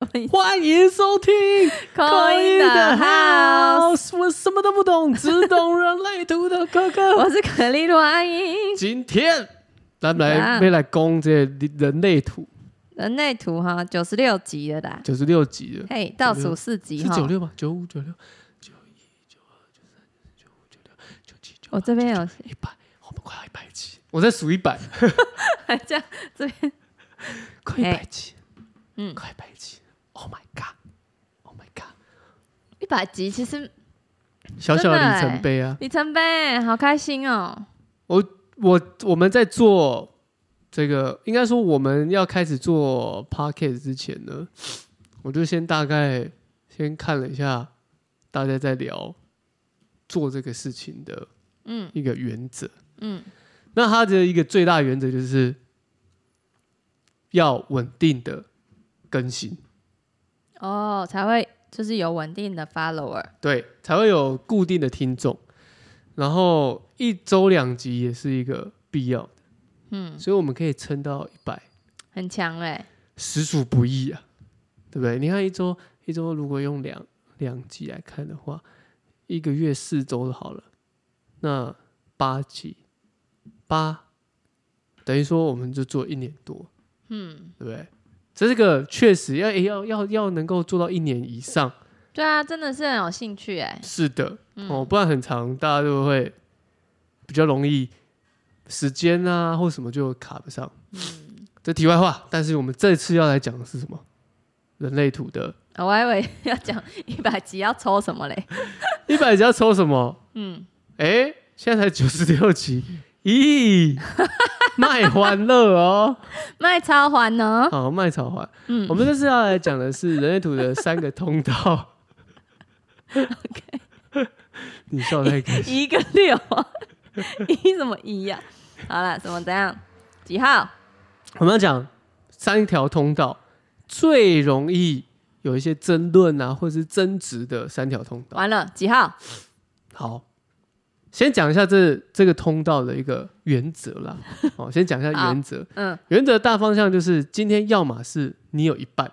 欢迎收听《 Coin the House 我什么都不懂，只懂人类图的哥哥。 我是可丽露阿姨。今天咱们来怎样要来攻这个人类图，人类图哈，九十六集了啦，九十六集了，嘿，倒数四集是哈九。六吗？九五、九六、九一、九二、九三、九五、九六、九七、九我这边有一百，我们快要一百集，我在数一百， 这样这边快一百集，嗯快一百集，Oh my God，Oh my God，一百集，其实小小的真的里欸程碑啊！里程碑，好开心哦。我我们在做这个，应该说我们要开始做 p o c k e t 之前呢，我就先大概先看了一下大家在聊做这个事情的嗯一个原则。嗯那它的一个最大原则就是要稳定的更新，哦，才会就是有稳定的 follower。对，才会有固定的听众。然后一周两集也是一个必要的，嗯，所以我们可以撑到一百。很强哎、实属不易啊，对不对？你看一周一周如果用两两集来看的话，一个月四周就好了，那八集八等于说我们就做一年多，嗯，对不对？这个确实要诶要要要能够做到一年以上，对啊，真的是很有兴趣哎、是的，哦，不然很长，大家就会比较容易时间啊或什么就卡不上。嗯这题外话，但是我们这次要来讲的是什么？人类图的哦我还以为要讲一百集要抽什么嘞？ 一百集要抽什么？嗯，哎、现在才九十六集，咦，卖欢乐哦，卖超环哦呢？好卖草环。嗯我们这次要来讲的是人类图的三个通 道。 你笑太开心，一个六啊， 一什么一呀、好了，什么怎样？几号？我们要讲三条通道最容易有一些争论啊，或者是争执的三条通道。完了，几号？好，先讲一下这这个通道的一个原则 啦。哦，先讲一下好原则。嗯，原则大方向就是，今天要么是你有一半，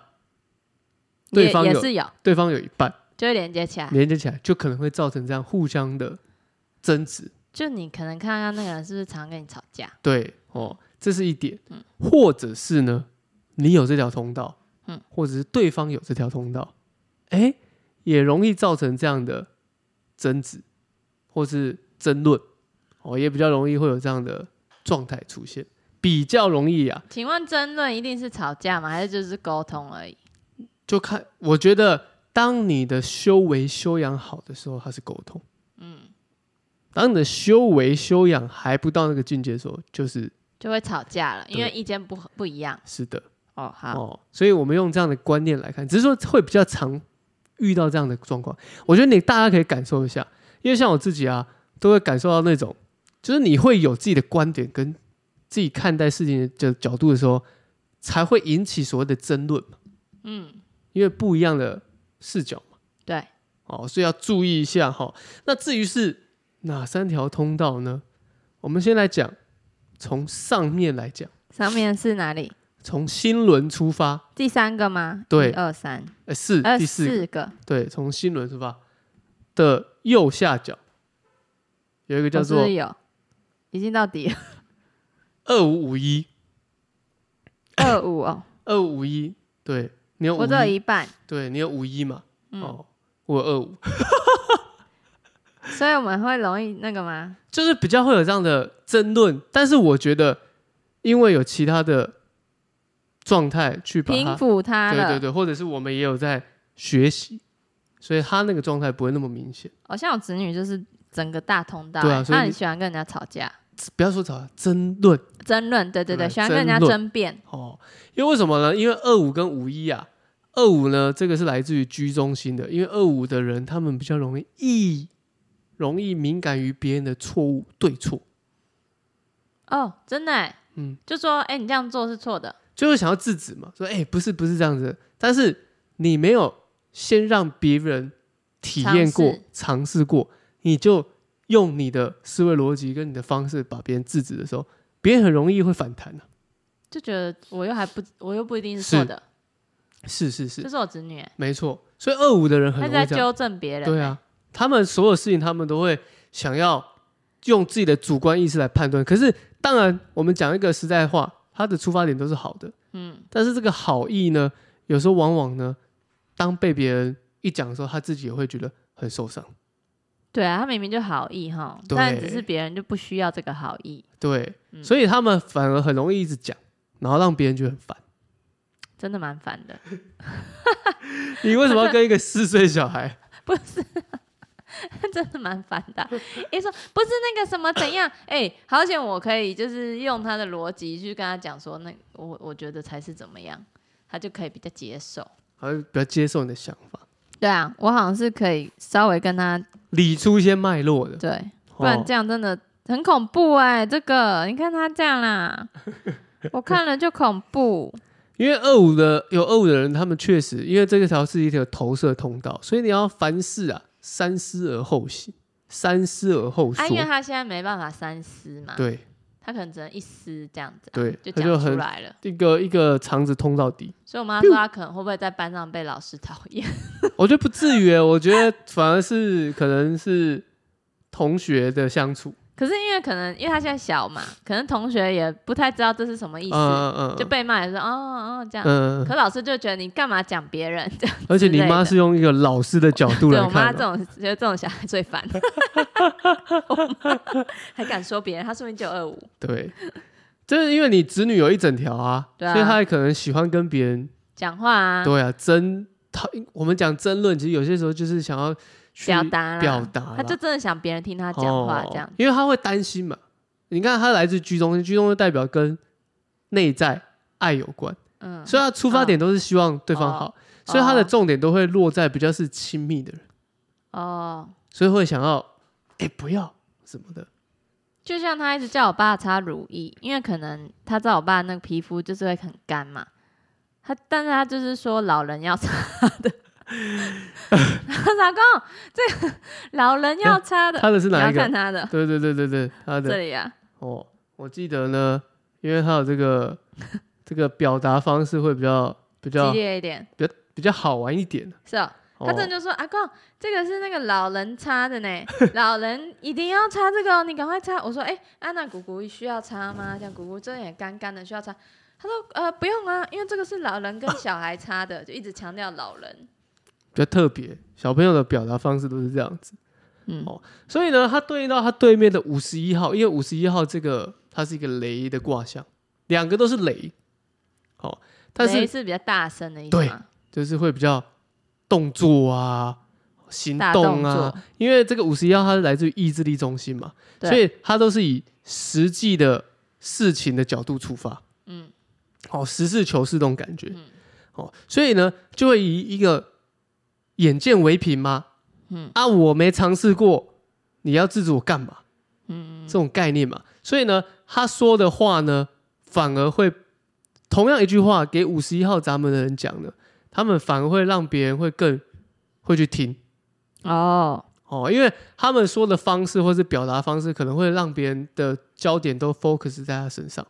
对也方也有是有，对方有一半，就会连接起来。连接起来就可能会造成这样互相的争执。就你可能看看那个人是不是常跟你吵架，对，哦，这是一点。或者是呢，你有这条通道，嗯或者是对方有这条通道，哎，也容易造成这样的争执或是争论，哦，也比较容易会有这样的状态出现，比较容易啊。请问争论一定是吵架吗？还是就是沟通而已？就看，我觉得当你的修为修养好的时候，它是沟通；嗯，当你的修为修养还不到那个境界的时候，就是就会吵架了，因为对意见不合不一样。是的哦，好，哦。所以我们用这样的观念来看，只是说会比较常遇到这样的状况。我觉得你大家可以感受一下，因为像我自己啊，都会感受到那种，就是你会有自己的观点跟自己看待事情的角角度的时候，才会引起所谓的争论嘛，嗯，因为不一样的视角。对，哦，所以要注意一下哈、那至于是哪三条通道呢？我们先来讲，从上面来讲，上面是哪里？从心轮出发，第三个吗？对一二三，呃，是呃，第四个，四个对，从心轮出发的右下角有一个叫我是不做是有？已经到底 了二五五一，二五哦，二五一，对你有五我只有一，一半，对你有五一嘛？嗯哦，我有二五，所以我们会容易那个吗？就是比较会有这样的争论，但是我觉得因为有其他的状态去把它平复它对了。对对，或者是我们也有在学习，所以他那个状态不会那么明显。好哦像我侄女就是整个大通道、对啊欸所以她很你喜欢跟人家吵架、不要说吵架，争论争论，对对对对，吧喜欢跟人家争争辩。哦，因为为什么呢？因为二五跟五一啊，二五呢这个是来自于居中心的，因为二五的人他们比较容易易容易敏感于别人的错误对错，哦，真的、欸，嗯，就说，哎、你这样做是错的，就会想要制止嘛，说哎、不是不是这样子，但是你没有先让别人体验过尝试、尝试过，你就用你的思维逻辑跟你的方式把别人制止的时候，别人很容易会反弹、啊、就觉得我又还不，我又不一定是错的，是是这是，是我侄女欸，没错。所以二五的人很她容是在易这样，纠正别人。对，啊，他们所有事情他们都会想要用自己的主观意识来判断。可是当然，我们讲一个实在话，他的出发点都是好的，嗯，但是这个好意呢，有时候往往呢，当被别人一讲的时候，他自己也会觉得很受伤。对啊，她明明就好意哈，对但只是别人就不需要这个好意，对，嗯所以他们反而很容易一直讲，然后让别人觉得很烦。真的蛮烦的。 你为什么要跟一个四岁小孩？不是，真的蛮烦的啊。一说不是那个什么怎样，哎、好险我可以就是用他的逻辑去跟他讲说，那我我觉得才是怎么样，他就可以比较接受。好像比较接受你的想法，对啊，我好像是可以稍微跟他理出一些脉络的，对，不然哦这样真的很恐怖哎、这个你看他这 样啦，我看了就恐怖。因为二五的有二五的人，他们确实因为这个条是一条投射通道，所以你要凡事啊三思而后行，三思而后说。啊，因为他现在没办法三思嘛，对，他可能只能一思这样子啊、对就他就讲出很来了。一个一个肠子通到底，所以我妈说他可能会不会在班上被老师讨厌。 我觉得不至于欸，我觉得反而是可能是同学的相处，可是因为可能因为他现在小嘛，可能同学也不太知道这是什么意嗯思，嗯就被骂也说哦哦这样。嗯，嗯可老师就觉得你干嘛讲别人？ 这样而且你之类妈的是用一个老师的角度对来我妈看这的、种觉得这种小孩最烦， 我妈还敢说别人，她说明九二五， 对，就是因为你子女有一整条啊，对啊所以她也可能喜欢跟别人讲话啊，对啊，争讨我们讲争论，其实有些时候就是想要去表达啦表达啦，她就真的想别人听她讲话这样哦，，因为他会担心嘛。你看他来自居中，居中就代表跟内在爱有关，嗯，哦所以他出发点都是希望对方好，所以他的重点都会落在比较是亲密的人，哦，所以会想要哎、不要什 么的，就像她一直叫我爸擦乳液，因为可能她知道我爸那个皮肤就是会很干嘛，她但是她就是说老人要擦的， 老公，这个老人要擦的，哎他的是你哪要一个看？他的对对对对对，他的这里啊，哦，我记得呢，因为他有这个 这个表达方式会比较比激较烈一点，比较好玩一点。是哦。哦他真的就说：“阿公，这个是那个老人擦的呢， 老人一定要擦这个哦，你赶快擦。”我说：“哎、安娜姑姑需要擦吗？这样姑姑这也干干的，需要擦。”他说：“呃，不用啊，因为这个是老人跟小孩擦的， 就一直强调老人。比较特别，小朋友的表达方式都是这样子。”嗯哦所以呢，它对应到它对面的五十一号，因为五十一号这个它是一个雷的卦象，两个都是雷，好、但雷是是比较大声的意思对嘛，就是会比较动作啊、行大动动啊，作因为这个五十一号它是来自于意志力中心嘛，对所以它都是以实际的事情的角度出发，嗯哦，实事求是这种感觉，嗯哦，所以呢，就会以一个眼见为凭嘛，嗯啊，我没尝试过，你要制止我干嘛？嗯这种概念嘛。所以呢，他说的话呢，反而会同样一句话给五十一号闸门的人讲呢，他们反而会让别人会更会去听啊哦，哦，因为他们说的方式或是表达方式，可能会让别人的焦点都 focus 在他身上，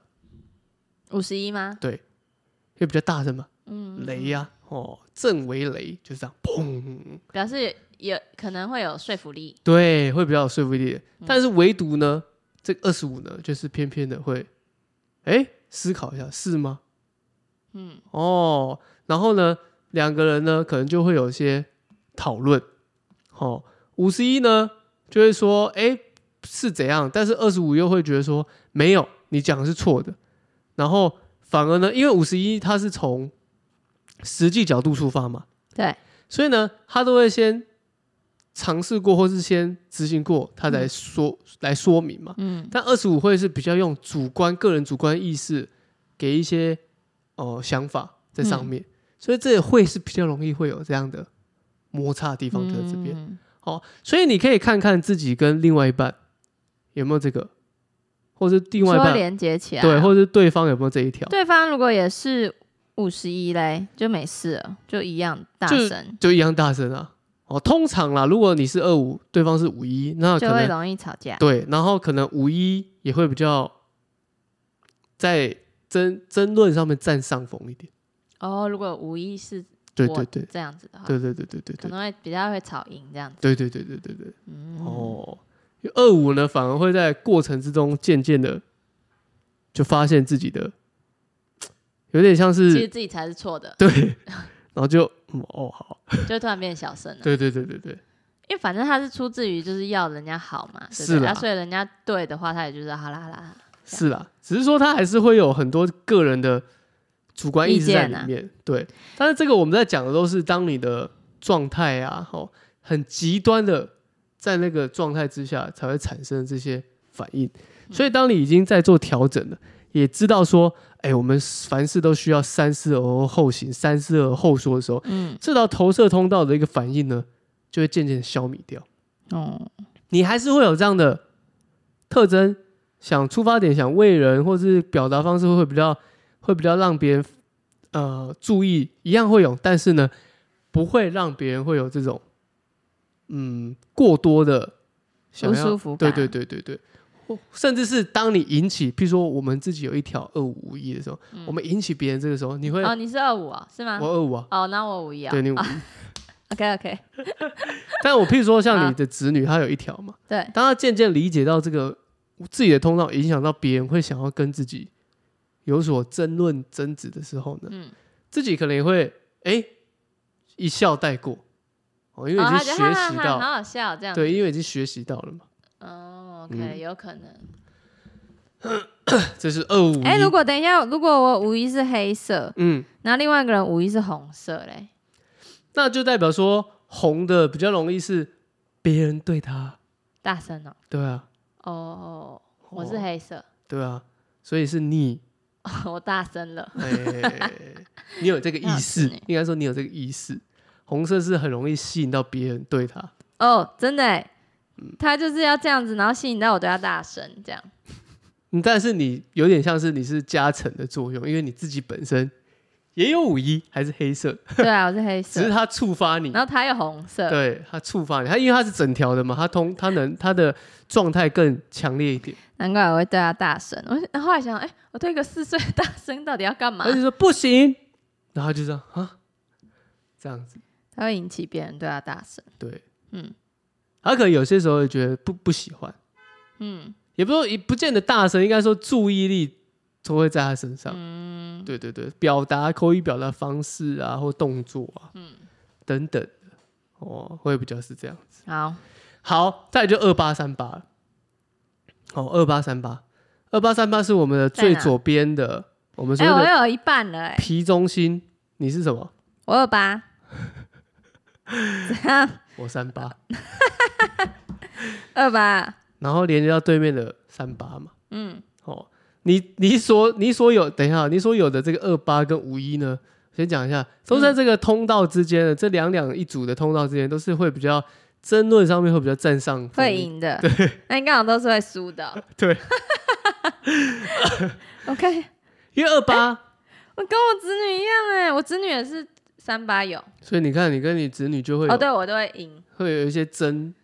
五十一吗？因为比较大声嘛，嗯，雷呀、哦，震为雷，就是这样，砰，表示有可能会有说服力。对，会比较有说服力。但是唯独呢，这二十五呢，就是偏偏的会，哎，思考一下，是吗？嗯，哦，然后呢，两个人呢可能就会有一些讨论。哦，五十一呢就会说，哎，是怎样？但是二十五又会觉得说，没有，你讲的是错的。然后反而呢，因为五十一他是从实际角度出发嘛，对，所以呢，他都会先尝试过，或是先执行过，他来说、来说明嘛。嗯但二十五会是比较用主观、个人主观意识给一些呃想法在上面，嗯所以这也会是比较容易会有这样的摩擦的地方在这边。嗯哦，所以你可以看看自己跟另外一半有没有这个，或是另外一说啊半连接起来，对，或是对方有没有这一条，对方如果也是五十一嘞，就没事了，就一样大声，就一样大声啊。哦，通常啦，如果你是二五，对方是五一，哦那可就会能容易吵架。对，然后可能五一也会比较在争争论上面占上风一点。哦，如果无意识对我对对这样子的话，对对对对对可对能会比较会吵赢这样子。对对对对对对。嗯，哦，二五呢反而会在过程之中渐渐的就发现自己的有点像其实是自己才是错 的，对， 然后就嗯哦好，就突然变小声了。对对对对对因为反正他是出自于就是要人家好嘛，对不是对？啦啊、所以人家对的话，他也就是好啦好啦。是啦，只是说他还是会有很多个人的主观意识在意见啊里面，对。但是这个我们在讲的都是当你的状态啊，哦，很极端的在那个状态之下才会产生这些反应。嗯所以当你已经在做调整了，也知道说，哎，我们凡事都需要三思而后行，三思而后说的时候，嗯，这道投射通道的一个反应呢，就会渐渐地消弭掉。哦，你还是会有这样的特征，想出发点想为人，或是表达方式会比较会比较让别人呃注意，一样会有，但是呢，不会让别人会有这种嗯过多的想不要舒服对感对对对对。或甚至是当你引起，譬如说我们自己有一条二五五一的时候，我们引起别人这个时候，你会、嗯哦，你是二五哦，是吗我？二五啊，哦，那我五一啊。对你五一。 OK OK，但我譬如说像 啊你的子女，她有一条嘛，对，当他渐渐理解到这个自己的通道影响到别人，会想要跟自己有所争论、争执的时候呢，嗯，自己可能也会哎、诶一笑带过，哦，因为已哦经他学就习哈哈到，哈好好笑这样。对，因为已经学习到了嘛，哦，OK，、嗯有可能。这是二五哎、如一，果等一下，如果我五一是黑色，嗯，然后另外一个人五一是红色嘞，那就代表说红的比较容易是别人对他，大声哦。对啊，哦，我是哦黑色， 对啊，所以是你，我大声了。哎、 你有这个意识啊那是呢，应该说你有这个意识，红色是很容易吸引到别人对他。哦，真的耶，他就是要这样子，然后吸引到我对他大声这样。嗯但是你有点像是你是加成的作用，因为你自己本身也有五一还是黑色，对啊，我是黑 只是色，它触发你，然后他有红色。对它触发你，它因为它是整条的嘛，它通它能它的状态更强烈一点，难怪我会对他大声。我然后后来想，哎、我对一个四岁的大声到底要干嘛而？且说不行，然后就这样啊，这样子，他会引起别人对他大声。对，嗯他可能有些时候也觉得不不喜欢，嗯也不是说也不见得大声，应该说注意力都会在他身上。嗯，对对对，表达口语表达方式啊，或动作啊，嗯，等等的，哦，会比较是这样。好，好，再来就二八三八了。哦，二八三八，二八三八是我们的最在哪左边的，我们说哎、的我有一半了、哎，皮中心。你是什么？我有八。怎样？我三八，二八？然后连接到对面的三八嘛。嗯，哦，你你所你所有，等一下，你所有的这个二八跟五一呢，先讲一下，都在这个通道之间嗯的，这两两一组的通道之间，都是会比较争论上面会比较占上风会赢的。那你刚好都是会输的哦、 对， OK，因为二八、我跟我子女一样哎、我子女也是三八有。所以你看你跟你子女就会有、哦，对，我都会赢。会有一些争，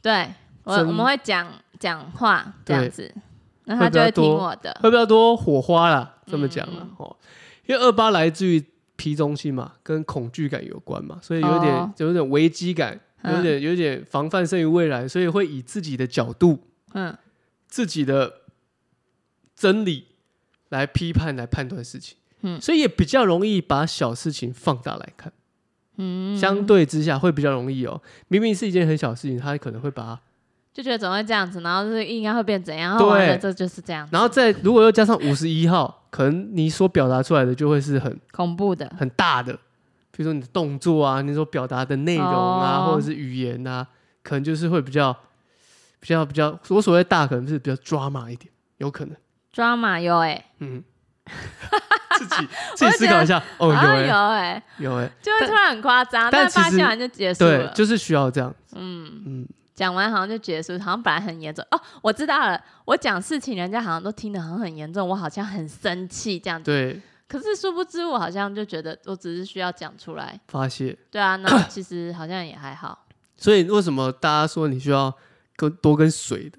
对我，真我们会讲讲话这对样子，然会后比他就较会听多我的。会比较多火花啦，这么讲啦，嗯哦，因为二八来自于皮中心嘛，跟恐惧感有关嘛，所以有点、哦嗯有点危机感，有点有点防范胜于未来，所以会以自己的角度、嗯，自己的真理来批判、来判断事情，嗯所以也比较容易把小事情放大来看，嗯相对之下会比较容易哦，明明是一件很小的事情，他可能会把它就觉得怎么会这样子，然后就是应该会变怎样，然后完了这就是这样子，然后再如果又加上五十一号，可能你所表达出来的就会是很恐怖的，很大的，比如说你的动作啊，你所表达的内容啊，哦或者是语言啊，可能就是会比较比较比较，我所谓大可能是比较 drama 一点，有可能， drama 有哎、嗯， 自 己自己思考一下，哦，有啊哎、有哎、有哎、就会但突然很夸张，但但其实发泄完就结束对，了，就是需要这样，嗯，嗯，讲完好像就结束，好像本来很严重哦，我知道了，我讲事情人家好像都听得好像很严重，我好像很生气这样子，对，可是殊不知我好像就觉得我只是需要讲出来，发泄。对啊， 那其实好像也还好，所以为什么大家说你需要跟多跟水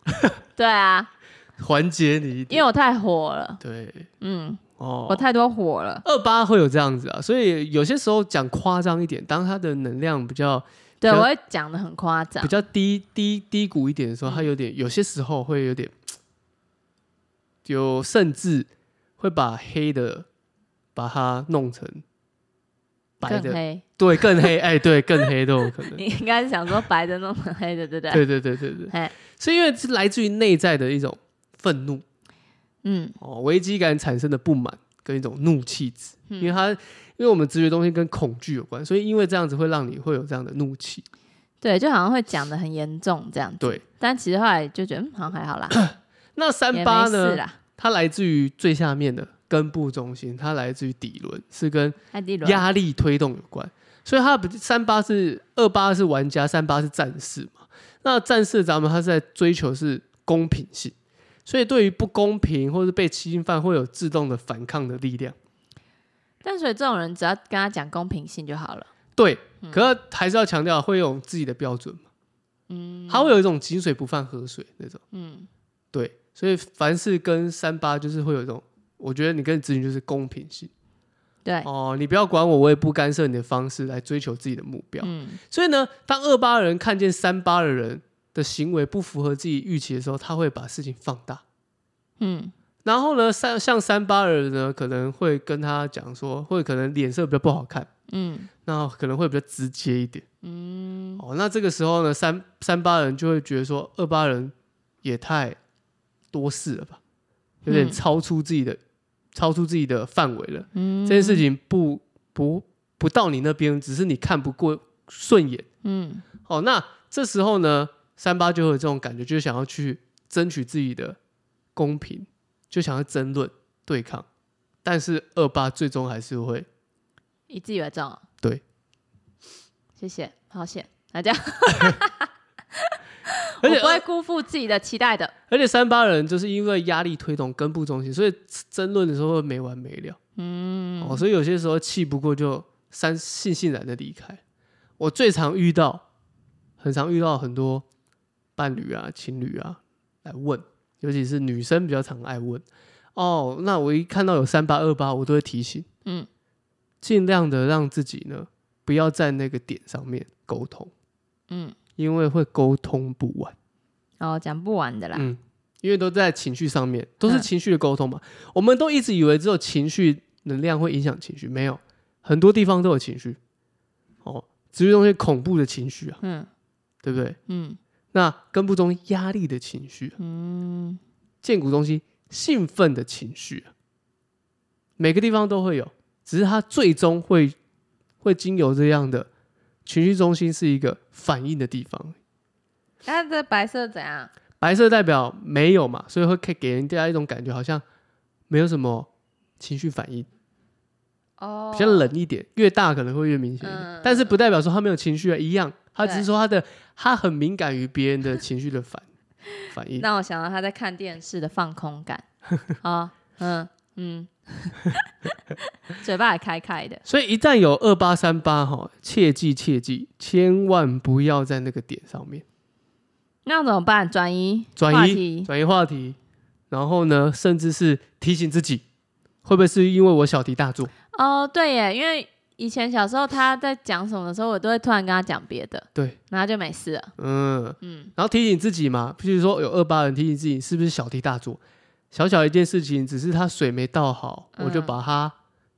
对啊，缓解你一因为点？我太火了，对，嗯，我哦，太多火了。二八会有这样子啊，所以有些时候讲夸张一点，当他的能量比较对，比较我会讲的很夸张比。较低低低谷一点的时候，他有点有些时候会有点，有甚至会把黑的把它弄成白更的，黑，对，更黑，哎，对，更黑都有可能你。应该是想说白的弄成黑的， 对不 对？对对对对对，哎，是因为是来自于内在的一种愤怒嗯哦，危机感产生的不满跟一种怒气值，嗯因为它因为我们直觉东西跟恐惧有关，所以因为这样子会让你会有这样的怒气。对，就好像会讲的很严重这样子。对，但其实后来就觉得，嗯，好像还 好啦，那三也八没呢事？啦。它来自于最下面的根部中心，它来自于底轮，是跟海底轮，压力推动有关。所以它不三八是二八是玩家，三八是战士嘛。那战士咱们他是在追求是公平性，所以对于不公平或是被侵犯会有自动的反抗的力量。但所以这种人只要跟他讲公平性就好了。对，可是还是要强调会有自己的标准嘛。嗯，他会有一种井水不犯河水那种。嗯，对，所以凡是跟三八就是会有一种，我觉得你跟子女就是公平性。对，哦，你不要管我，我也不干涉你的方式来追求自己的目标。嗯，所以呢，当二八人看见三八的人的行为不符合自己预期的时候，他会把事情放大。嗯，然后呢，三像三八的人呢，可能会跟他讲说，会可能脸色比较不好看，嗯，那可能会比较直接一点。嗯，哦，那这个时候呢，三三八人就会觉得说，二八人也太多事了吧，有点嗯超出自己的、超出自己的范围了。嗯，这件事情不不不到你那边，只是你看不过顺眼。嗯，哦，那这时候呢，三八就会有这种感觉，就是想要去争取自己的公平，就想要争论对抗，但是二八最终还是会以自己为重。对，谢谢，好险，那这样而且我不会辜负自己的期待的。而且三八人就是因为压力推动根部中心，所以争论的时候会没完没了。嗯，哦，所以有些时候气不过就三悻悻然的离开。我最常遇到，很常遇到很多伴侣啊、情侣啊来问，尤其是女生比较常爱问。哦，那我一看到有三八二八，我都会提醒，嗯，尽量的让自己呢不要在那个点上面沟通，嗯，因为会沟通不完。然哦后讲不完的啦。嗯，因为都在情绪上面，都是嗯情绪的沟通嘛。我们都一直以为只有情绪能量会影响情绪，没有，很多地方都有情绪。哦，只是那些恐怖的情绪啊，嗯对不对？嗯那根部中压力的情绪啊，嗯，剑骨中心兴奋的情绪啊，每个地方都会有，只是它最终会会经由这样的情绪中心是一个反应的地方。那这白色怎样？白色代表没有嘛，所以会给给人家一种感觉，好像没有什么情绪反应，哦，比较冷一点。越大可能会越明显一点，嗯但是不代表说他没有情绪啊，一样。他只是对说他的他很敏感于别人的情绪的反反应。让我想到他在看电视的放空感 啊、嗯嗯， 嘴巴也开开的，所以一旦有二八三八哈，切记切记，千万不要在那个点上面那怎么办？转移转话移题，转移话题，然后呢，甚至是提醒自己，会不会是因为我小题大做？哦，对耶，因为以前小时候他在讲什么的时候，我都会突然跟他讲别的，对，然后就没事了。嗯，嗯然后提醒自己嘛，譬如说有二八人提醒自己是不是小题大做，小小一件事情，只是他水没倒好，嗯我就把它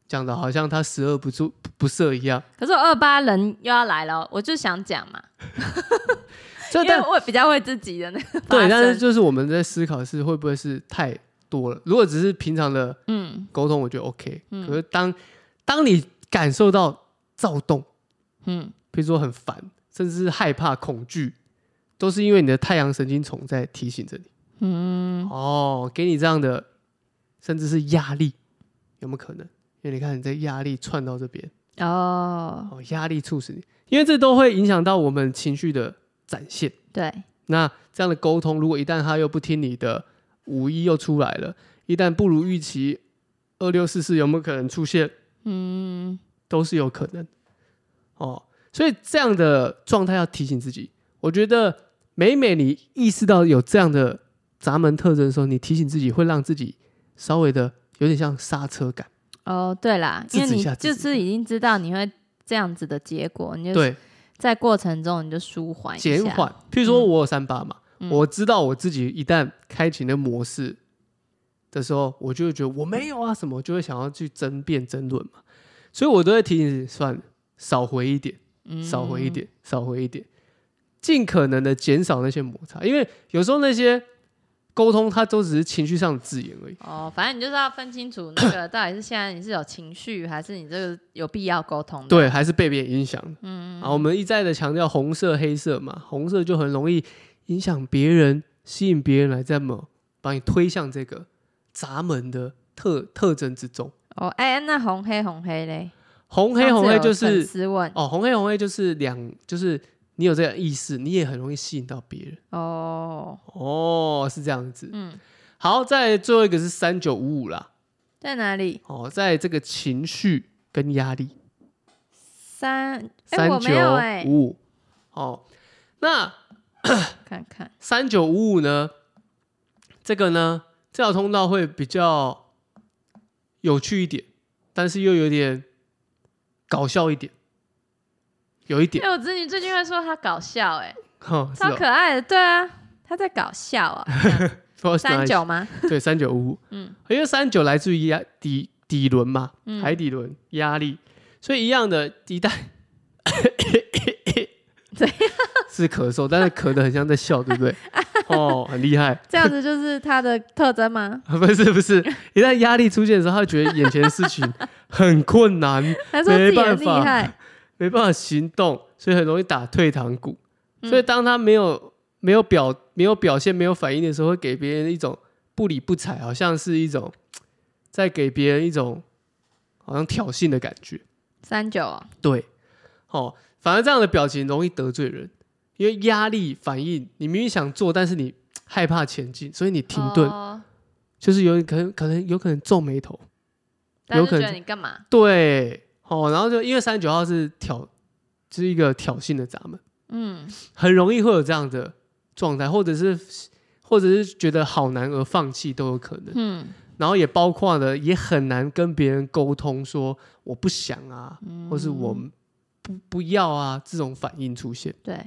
讲的好像他十恶不住不不赦一样。可是我二八人又要来了，我就想讲嘛，这因为但我比较会自己的那个发对，但是声就是我们在思考是会不会是太多了？如果只是平常的嗯沟通，我觉得 OK。嗯可是当当你感受到躁动，嗯譬如说很烦，甚至是害怕、恐惧，都是因为你的太阳神经丛在提醒着你。嗯，哦，给你这样的，甚至是压力，有没有可能？因为你看你这压力串到这边，哦，哦，压力促使你，因为这都会影响到我们情绪的展现。对，那这样的沟通，如果一旦他又不听你的，五一又出来了，一旦不如预期，二六四四有没有可能出现？嗯都是有可能。哦，所以这样的状态要提醒自己。我觉得每每你意识到有这样的闸门特征的时候，你提醒自己会让自己稍微的有点像刹车感。哦，对啦，因制为止一你下制就止是已经知道你会这样子的结果，你就对，在过程中你就舒缓一下减缓。譬如说嗯我有三八嘛，嗯我知道我自己一旦开启那模式的时候，我就会觉得我没有啊什么，就会想要去争辩争论嘛。所以我都会提醒你，算了，少回一点，少嗯回一点，少回一点，尽可能的减少那些摩擦，因为有时候那些沟通它都只是情绪上的字眼而已。哦，反正你就是要分清楚那个到底是现在你是有情绪，还是你这个有必要沟通的。对，还是被别人影响。嗯，啊，我们一再的强调红色、黑色嘛，红色就很容易影响别人，吸引别人来这么把你推向这个闸门的特特征之中。哦，哎、那红黑红黑嘞？红黑上次红黑有就粉是丝问哦，红黑红黑就是两，就是你有这个意识，你也很容易吸引到别人。哦，哦，是这样子。嗯，好，再最后一个是三九五五啦。在哪里？哦，在这个情绪跟压力，三哎、三我没有哎、九五五。哦，那看看三九五五呢，这个呢，这条通道会比较有趣一点，但是又有点搞笑一点，有一哎、点，我侄女最近会说她搞笑、哎，哈，是超哦可爱的，对啊，她在搞笑 啊、不知道是啊哪三里九吗？ 对三九五五，嗯因为三九来自于压底底轮嘛，嗯海底轮压力，所以一样的，一 旦怎 是咳嗽，但是咳得很像在笑，对不对？哦，很厉害。？这样子就是她的特征吗不是不是，一旦压力出现的时候，他会觉得眼前的事情很困难，还说自己很没厉办法害？没办法行动，所以很容易打退堂鼓。嗯所以当他没有没有表没有表现没有反应的时候，会给别人一种不理不睬，好像是一种在给别人一种好像挑衅的感觉。三九、哦，对，哦，反而这样的表情容易得罪人，因为压力反应，你明明想做，但是你害怕前进，所以你停顿，哦就是有可能可能有可能皱眉头。大家有就可能觉得你干嘛？对，哦，然后就因为三十九号是挑，是一个挑衅的闸门，嗯，很容易会有这样的状态，或者是或者是觉得好难而放弃都有可能。嗯，然后也包括了，也很难跟别人沟通说我不想啊，嗯或是我不不要啊这种反应出现，对，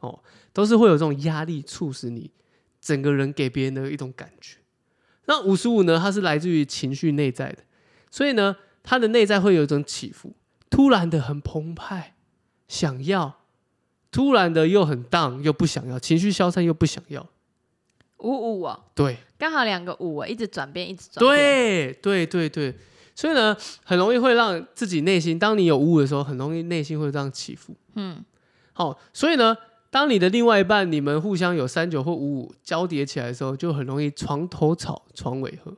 哦都是会有这种压力促使你整个人给别人的一种感觉。那五十五呢，它是来自于情绪内在的，所以呢，它的内在会有一种起伏，突然的很澎湃，想要；突然的又很 down，又不想要，情绪消散又不想要。五五哦，对，刚好两个五、哎，一直转变，一直转变。对，对，对，对。所以呢，很容易会让自己内心，当你有五的时候，很容易内心会这样起伏。嗯，好、所以呢，当你的另外一半你们互相有三九或五五交叠起来的时候，就很容易床头吵，床尾和。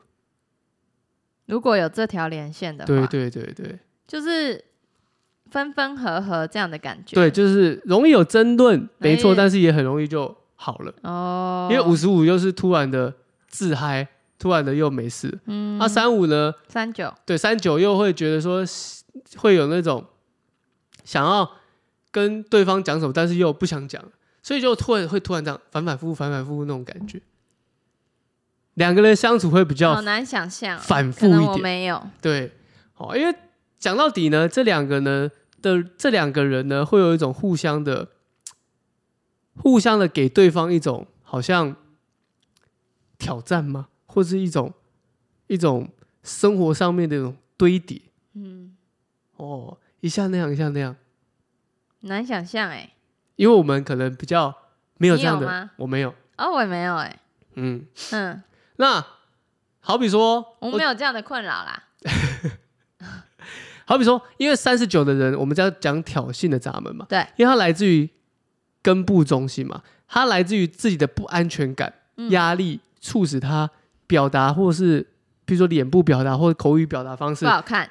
如果有这条连线的话，对对对对就是分分合合这样的感觉。对，就是容易有争论，没错，哎但是也很容易就好了，哦，因为五十五又是突然的自嗨，突然的又没事。嗯那三五呢？三九对，三九又会觉得说会有那种想要跟对方讲什么，但是又不想讲，所以就突然会突然这样反反复复、反反复复那种感觉。两个人相处会比较好难想象哦，反可复能一我点，没有。对，哦，因为讲到底呢，这两个呢的这两个人呢，会有一种互相的、互相的给对方一种好像挑战吗？或是一种一种生活上面的一种堆叠。嗯，哦，一下那样，一下那样，难想象哎、因为我们可能比较没有这样你有吗的，我没有，哦，我也没有哎、嗯，嗯，那好比说，我没有这样的困扰啦。好比说，因为三十九的人，我们叫讲挑衅的闸门嘛，对，因为它来自于根部中心嘛，它来自于自己的不安全感、嗯压力，促使他表达或是比如说脸部表达或者口语表达方式不好看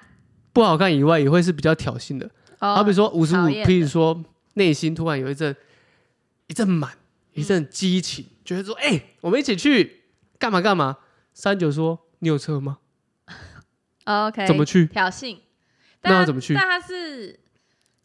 不好看以外，也会是比较挑衅的。哦，好比说五十五讨，厌的譬如说内心突然有一阵一阵满，嗯一阵激情，觉得说，哎、我们一起去干嘛干嘛。三九说，你有车吗？哦 OK，怎么去？挑衅？那但要他怎么去但他是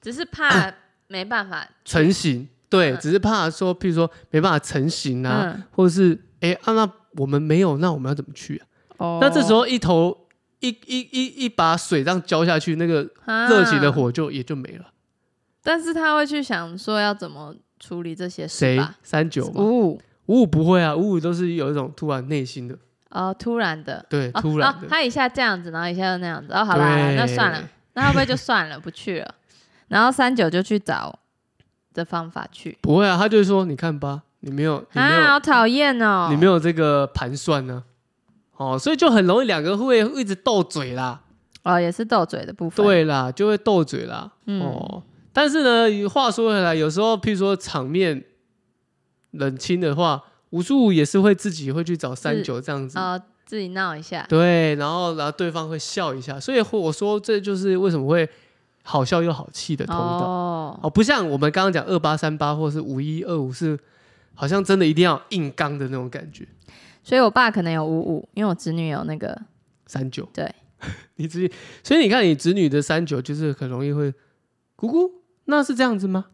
只 是怕没办法。成型？对，嗯只是怕说，譬如说没办法成型啊，嗯，或者是，哎、啊，那我们没有，那我们要怎么去啊？哦那这时候一头一一一一把水这样浇下去，那个热情的啊，火就也就没了。但是他会去想说要怎么处理这些事谁吧？三九嘛？哦五五不会啊，五五都是有一种突然内心的，哦，突然的，对，哦突然哦的，他一下这样子，然后一下又那样子，哦，好啦，对那算了，那会不会就算了，不 去了？然后三九就去找的方法去不会啊，他就说你看吧，你没有，你没有啊，，好讨厌哦！你没有这个盘算呢、哦，所以就很容易两个会一直斗嘴啦，哦，也是斗嘴的部分，，对啦，就会斗嘴啦，嗯哦，但是呢，话说回来，有时候譬如说场面冷清的话，武术也是会自己会去找三九这样子，哦，自己闹一下，对，然后然后对方会笑一下，所以我说这就是为什么会好笑又好气的通道。哦，哦，不像我们刚刚讲二八三八或是五一二五是，好像真的一定要硬刚的那种感觉。所以我爸可能有五五，因为我侄女有那个，三九，对， 你自己，所以你看你侄女的三九就是很容易会，姑姑，那是这样子吗？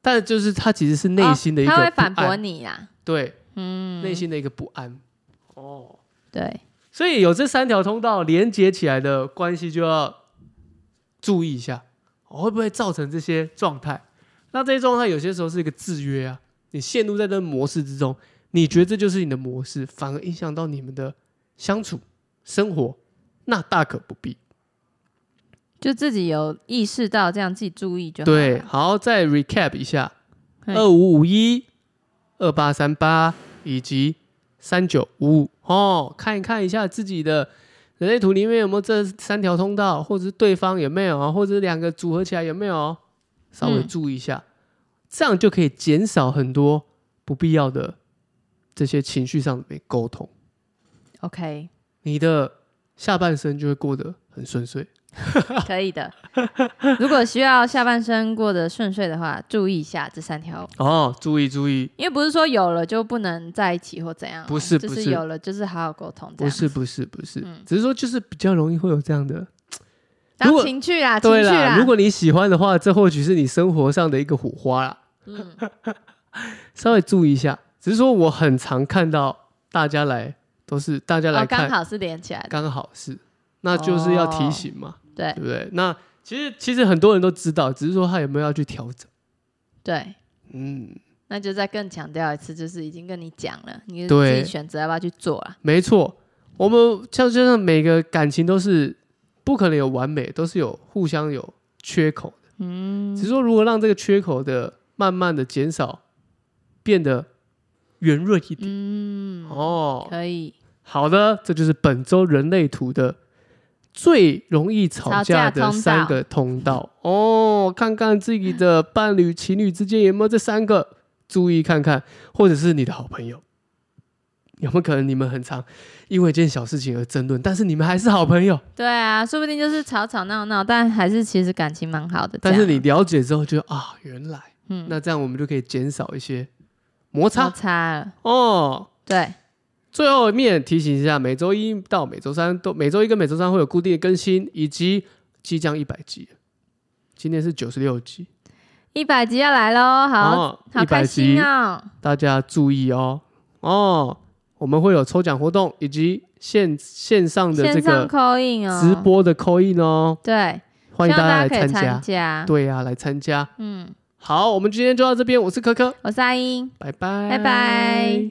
但就是她其实是内心的一个哦不他安，会反驳你啦，对，嗯，内心的一个不安。哦，对，所以有这三条通道连接起来的关系就要注意一下，哦、会不会造成这些状态？那这些状态有些时候是一个制约啊，你陷入在这模式之中，你觉得这就是你的模式，反而影响到你们的相处生活，那大可不必。就自己有意识到这样，自己注意就好对，了。好，再 recap 一下：嘿二五五一、二八三八以及三九五五哦，看一看一下自己的人类图里面有没有这三条通道，或者是对方有没有，啊或者是两个组合起来有没有，稍微嗯注意一下，这样就可以减少很多不必要的这些情绪上的沟通， ，OK，你的下半生就会过得很顺遂。可以的。如果需要下半身过得顺遂的话，注意一下这三条，哦，注意注意，因为不是说有了就不能在一起或怎样哦，不是就不是是有了就是好好沟通，这不样是不是不是，嗯只是说就是比较容易会有这样的。如当果情趣啦，情对趣啦，如果你喜欢的话，这或许是你生活上的一个火花啦，嗯， 稍微注意一下。只是说我很常看到大家来都是大家来哦，看，刚好是连起来的，刚好是，那就是要提哦醒嘛，对对不对？那其实其实很多人都知道，只是说他有没有要去调整。对，嗯，那就再更强调一次，就是已经跟你讲了，你就自对己选择要不要去做啊啦。没错，我们像就像每个感情都是不可能有完美，都是有互相有缺口的。嗯，只是说如果让这个缺口的慢慢的减少，变得圆润一点。嗯，哦，可以好的，这就是本周人类图的最容易吵架的三个通 道哦。看看自己的伴侣、情侣之间有没有这三个，注意看看，或者是你的好朋友，有没有可能你们很常因为一件小事情而争论，但是你们还是好朋友。对啊，说不定就是吵吵闹闹，但还是其实感情蛮好的。但是这你样了解之后就啊，原来嗯那这样我们就可以减少一些摩摩擦擦了，哦。对，最后面提醒一下，每周一到每周三都每周一跟每周三会有固定的更新，以及即将一百集，今天是九十六集，一百集要来喽，好哦，好一开百心集，哦，大家注意哦哦，我们会有抽奖活动以及线线上的这线上个 call in 哦，直，播的扣印哦，对，欢迎希家望大来可以参参加。对呀、来参加。嗯，好，我们今天就到这边，我是可可，我是阿英。拜拜，拜拜。